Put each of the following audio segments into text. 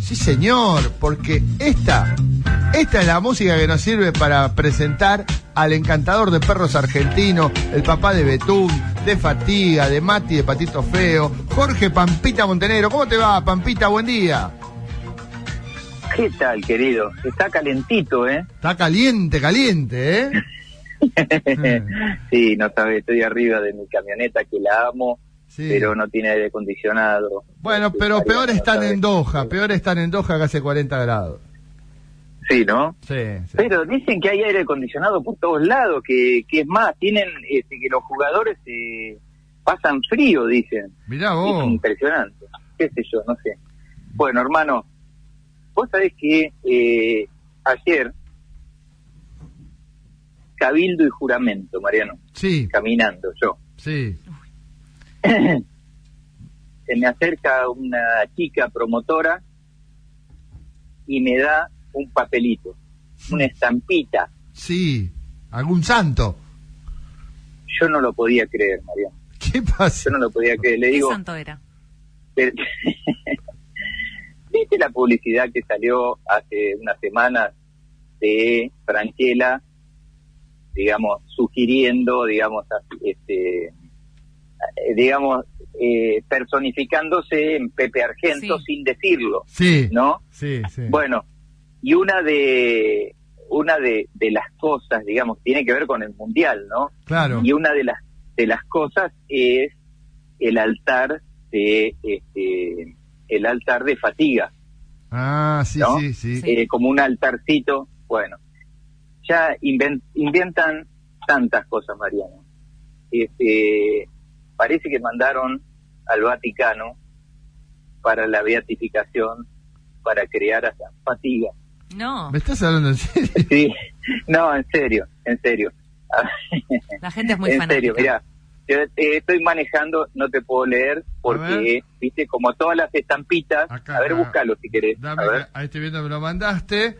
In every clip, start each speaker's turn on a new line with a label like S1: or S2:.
S1: Sí, señor, porque esta, esta es la música que nos sirve para presentar al encantador de perros argentino, el papá de Betún, de Fatiga, de Mati, de Patito Feo, Jorge Pampita Montenegro. ¿Cómo te va, Pampita? Buen día.
S2: ¿Qué tal, querido? Está calentito, ¿eh?
S1: Está caliente, caliente, ¿eh? Mm.
S2: sí, no sabes, estoy arriba de mi camioneta que la amo,
S1: Sí.
S2: pero no tiene aire acondicionado.
S1: Bueno,
S2: Sí,
S1: pero
S2: María,
S1: peor
S2: no
S1: están
S2: sabés.
S1: en Doha, peor están en Doha que hace 40 grados.
S2: Sí, ¿no?
S1: Sí, sí.
S2: Pero dicen que hay aire acondicionado por todos lados, que, que es más, tienen este, que los jugadores eh, pasan frío, dicen.
S1: Mirá
S2: Es
S1: vos.
S2: impresionante, qué sé yo, no sé. Bueno, hermano, vos sabés que eh, ayer, cabildo y juramento, Mariano,
S1: Sí,
S2: caminando yo,
S1: sí.
S2: se me acerca una chica promotora y me da un papelito, una estampita.
S1: Sí, algún santo.
S2: Yo no lo podía creer, Mariano.
S1: ¿Qué pasa?
S2: Yo no lo podía creer. Le digo,
S3: santo era?
S2: Pero- ¿Viste la publicidad que salió hace unas semanas de Franchella, digamos, sugiriendo, digamos, así, este, eh, digamos, eh, personificándose en Pepe Argento
S3: Sí.
S2: sin decirlo,
S1: Sí,
S2: ¿no?
S1: sí, sí.
S2: Bueno, y una de una de, de las cosas, digamos, tiene que ver con el mundial, ¿no?
S1: Claro.
S2: Y una de las de las cosas es el altar de este, el altar de fatiga,
S1: Ah, sí,
S2: ¿no?
S1: sí, sí.
S3: Sí.
S2: eh, como un altarcito. Bueno, ya inven- inventan tantas cosas, Mariano. Este, parece que mandaron al Vaticano para la beatificación para crear a San fatiga.
S3: No,
S1: ¿Me estás hablando en serio?
S2: Sí, no, en serio, en serio.
S3: la gente es muy
S2: en
S3: fanática.
S2: serio, mira, yo eh, estoy manejando, no te puedo leer
S1: A
S2: porque,
S1: ver.
S2: viste, como todas las estampitas,
S1: Acá,
S2: a ver,
S1: acá.
S2: búscalo si querés.
S1: Dame
S2: a ver.
S1: que- ahí estoy viendo que me lo mandaste.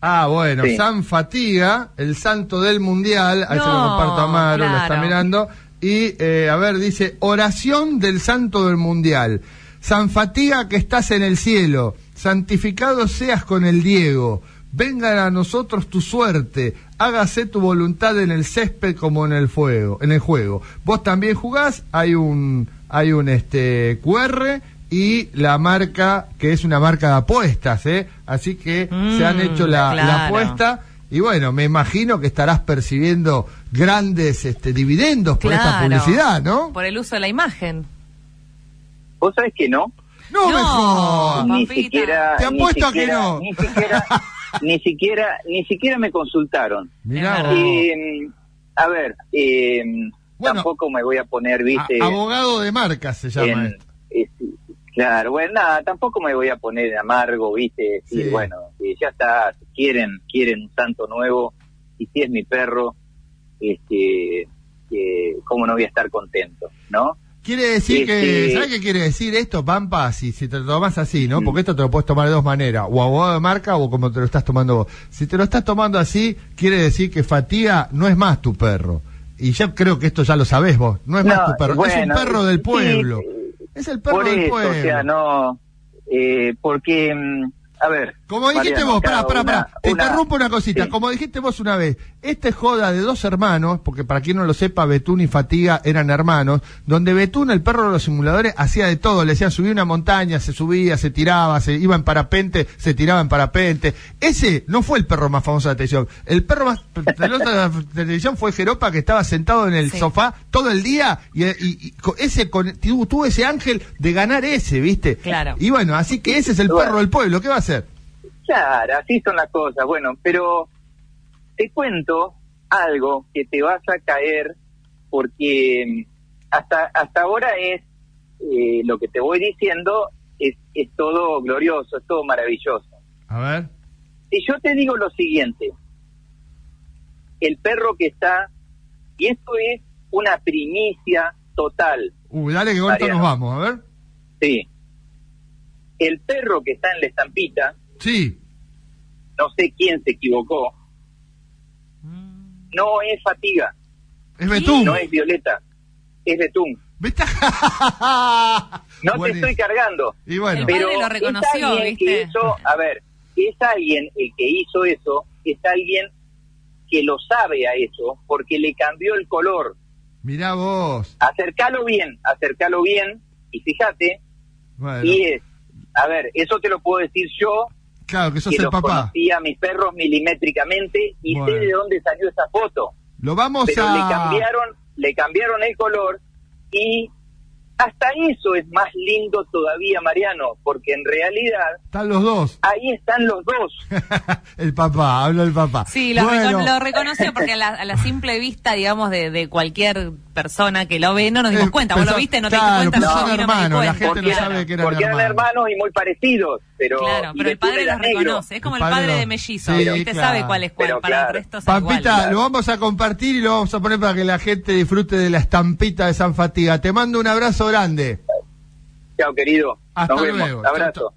S1: Ah, bueno,
S2: Sí.
S1: San Fatiga, el santo del mundial, ahí se lo
S3: No,
S1: comparto a Amaro, lo está
S3: claro.
S1: mirando. Y, eh, a ver, dice, oración del santo del mundial. San Fatiga que estás en el cielo, santificado seas con el Diego, vengan a nosotros tu suerte, hágase tu voluntad en el césped como en el fuego, en el juego. Vos también jugás, hay un, hay un este QR y la marca, que es una marca de apuestas, ¿eh? así que se han
S3: Mm,
S1: hecho la, la
S3: claro.
S1: apuesta y bueno, me imagino que estarás percibiendo grandes este, dividendos por esta
S3: Claro.
S1: publicidad, ¿no?
S3: Por el uso de la imagen.
S2: Vos sabés que no,
S1: No, me
S3: No.
S1: jodas.
S2: ni
S3: Pampita.
S2: siquiera...
S1: Te
S2: ni
S1: apuesto a que
S2: siquiera,
S1: no.
S2: Ni siquiera, ni siquiera, ni siquiera me consultaron.
S1: Mirá
S3: Es
S1: vos.
S2: Eh, a ver, eh,
S1: Bueno.
S2: tampoco me voy a poner, viste...
S1: A- abogado de marca se llama
S2: en-
S1: esto.
S2: eh, sí, claro, bueno, nada, tampoco me voy a poner amargo, viste, decir,
S1: Sí.
S2: bueno, eh, ya está, si quieren, quieren un santo nuevo, y si es mi perro, este, eh, cómo no voy a estar contento, ¿no?
S1: Quiere decir que,
S2: Este-
S1: ¿sabes qué quiere decir esto, Pampa? Si, si te lo tomás así, ¿no? Porque esto te lo puedes tomar de dos maneras, o abogado de marca o como te lo estás tomando vos. Si te lo estás tomando así, quiere decir que Fatiga no es más tu perro. Y yo creo que esto ya lo sabés vos, no es más
S2: No,
S1: tu perro, es un
S2: bueno,
S1: perro del
S2: sí,
S1: pueblo.
S2: eh,
S1: es el perro
S2: Por
S1: del
S2: eso,
S1: pueblo.
S2: o sea, no, eh, porque, mm, a ver...
S1: Como dijiste
S2: Mariano,
S1: vos, pará,
S2: cada
S1: pará, pará,
S2: una-
S1: te
S2: una-
S1: interrumpo una cosita.
S2: sí.
S1: Como dijiste vos una vez, esta es joda de dos hermanos, porque para quien no lo sepa, Betún y Fatiga eran hermanos, donde Betún, el perro de los simuladores, hacía de todo. Le decían subir una montaña, se subía, se tiraba, se iba en parapente, se tiraba en parapente. Ese no fue el perro más famoso de la televisión. El perro más famoso de la televisión fue Jeropa, que estaba sentado en el
S3: Sí.
S1: sofá todo el día y, y- y co- ese con- tuvo tuvo ese ángel de ganar ese, ¿viste?
S3: Claro.
S1: Y bueno, así que ese es el
S2: Bueno.
S1: perro del pueblo. ¿Qué va a hacer?
S2: Claro, así son las cosas. Bueno, pero te cuento algo que te vas a caer porque mm, hasta hasta ahora es eh, lo que te voy diciendo es, es todo glorioso, es todo maravilloso.
S1: A ver.
S2: Si yo te digo lo siguiente, el perro que está, y esto es una primicia total,
S1: Uh, dale que ahorita
S2: Mariano.
S1: nos vamos, a ver.
S2: sí, el perro que está en la estampita,
S1: Sí,
S2: no sé quién se equivocó,
S3: Mm.
S2: no es fatiga,
S1: es Betún.
S2: no es violeta, es betún.
S1: ¿Viste?
S2: No
S1: Bueno,
S2: te estoy cargando.
S1: Y bueno,
S2: pero
S3: Pero- padre lo
S2: es
S3: reconoció,
S2: alguien que
S3: ¿viste?
S2: hizo, a ver, es alguien el que hizo eso, es alguien que lo sabe a eso, porque le cambió el color.
S1: mirá vos.
S2: Acercalo bien, acercalo bien, y fíjate,
S1: Bueno,
S2: y es, a ver, eso te lo puedo decir yo,
S1: claro, que sos
S2: que
S1: el
S2: los
S1: papá.
S2: conocía a mis perros milimétricamente, y
S1: Bueno.
S2: sé de dónde salió esa foto,
S1: Lo vamos
S2: pero le
S1: a...
S2: cambiaron, le cambiaron el color, y hasta eso es más lindo todavía, Mariano, porque en realidad
S1: Están los dos.
S2: ahí están los dos.
S1: el papá, habla el papá.
S3: Sí, lo,
S1: Bueno,
S3: recono- lo reconoció porque a la, a la simple vista, digamos, de, de cualquier persona que lo ve, no nos dimos
S1: Eh,
S3: cuenta. Vos
S1: pensá-
S3: lo viste, no
S1: claro,
S3: te diste cuenta.
S1: pero
S3: yo
S1: son
S3: vi, no me di
S1: hermanos, la
S3: cuenta.
S1: gente no
S2: porque
S1: sabe
S2: eran-
S1: que eran
S2: porque eran
S1: hermanos.
S2: hermanos y muy parecidos, pero
S3: Claro,
S2: y
S3: pero el
S2: Betún
S3: padre
S2: era
S3: los
S2: negro.
S3: reconoce. Es como el
S1: El
S3: padre,
S1: padre
S3: de
S1: lo-
S3: mellizos.
S1: Sí,
S3: Usted
S1: claro.
S3: sabe cuál es cuál.
S2: Pero
S3: para
S2: claro.
S3: el resto es
S1: Pampita,
S3: igual.
S1: lo vamos a compartir y lo vamos a poner para que la gente disfrute de la estampita de San Fatiga. Te mando un abrazo grande.
S2: Chao, querido.
S1: Hasta
S2: Nos vemos.
S1: luego.
S2: Abrazo.
S1: Chau, chau.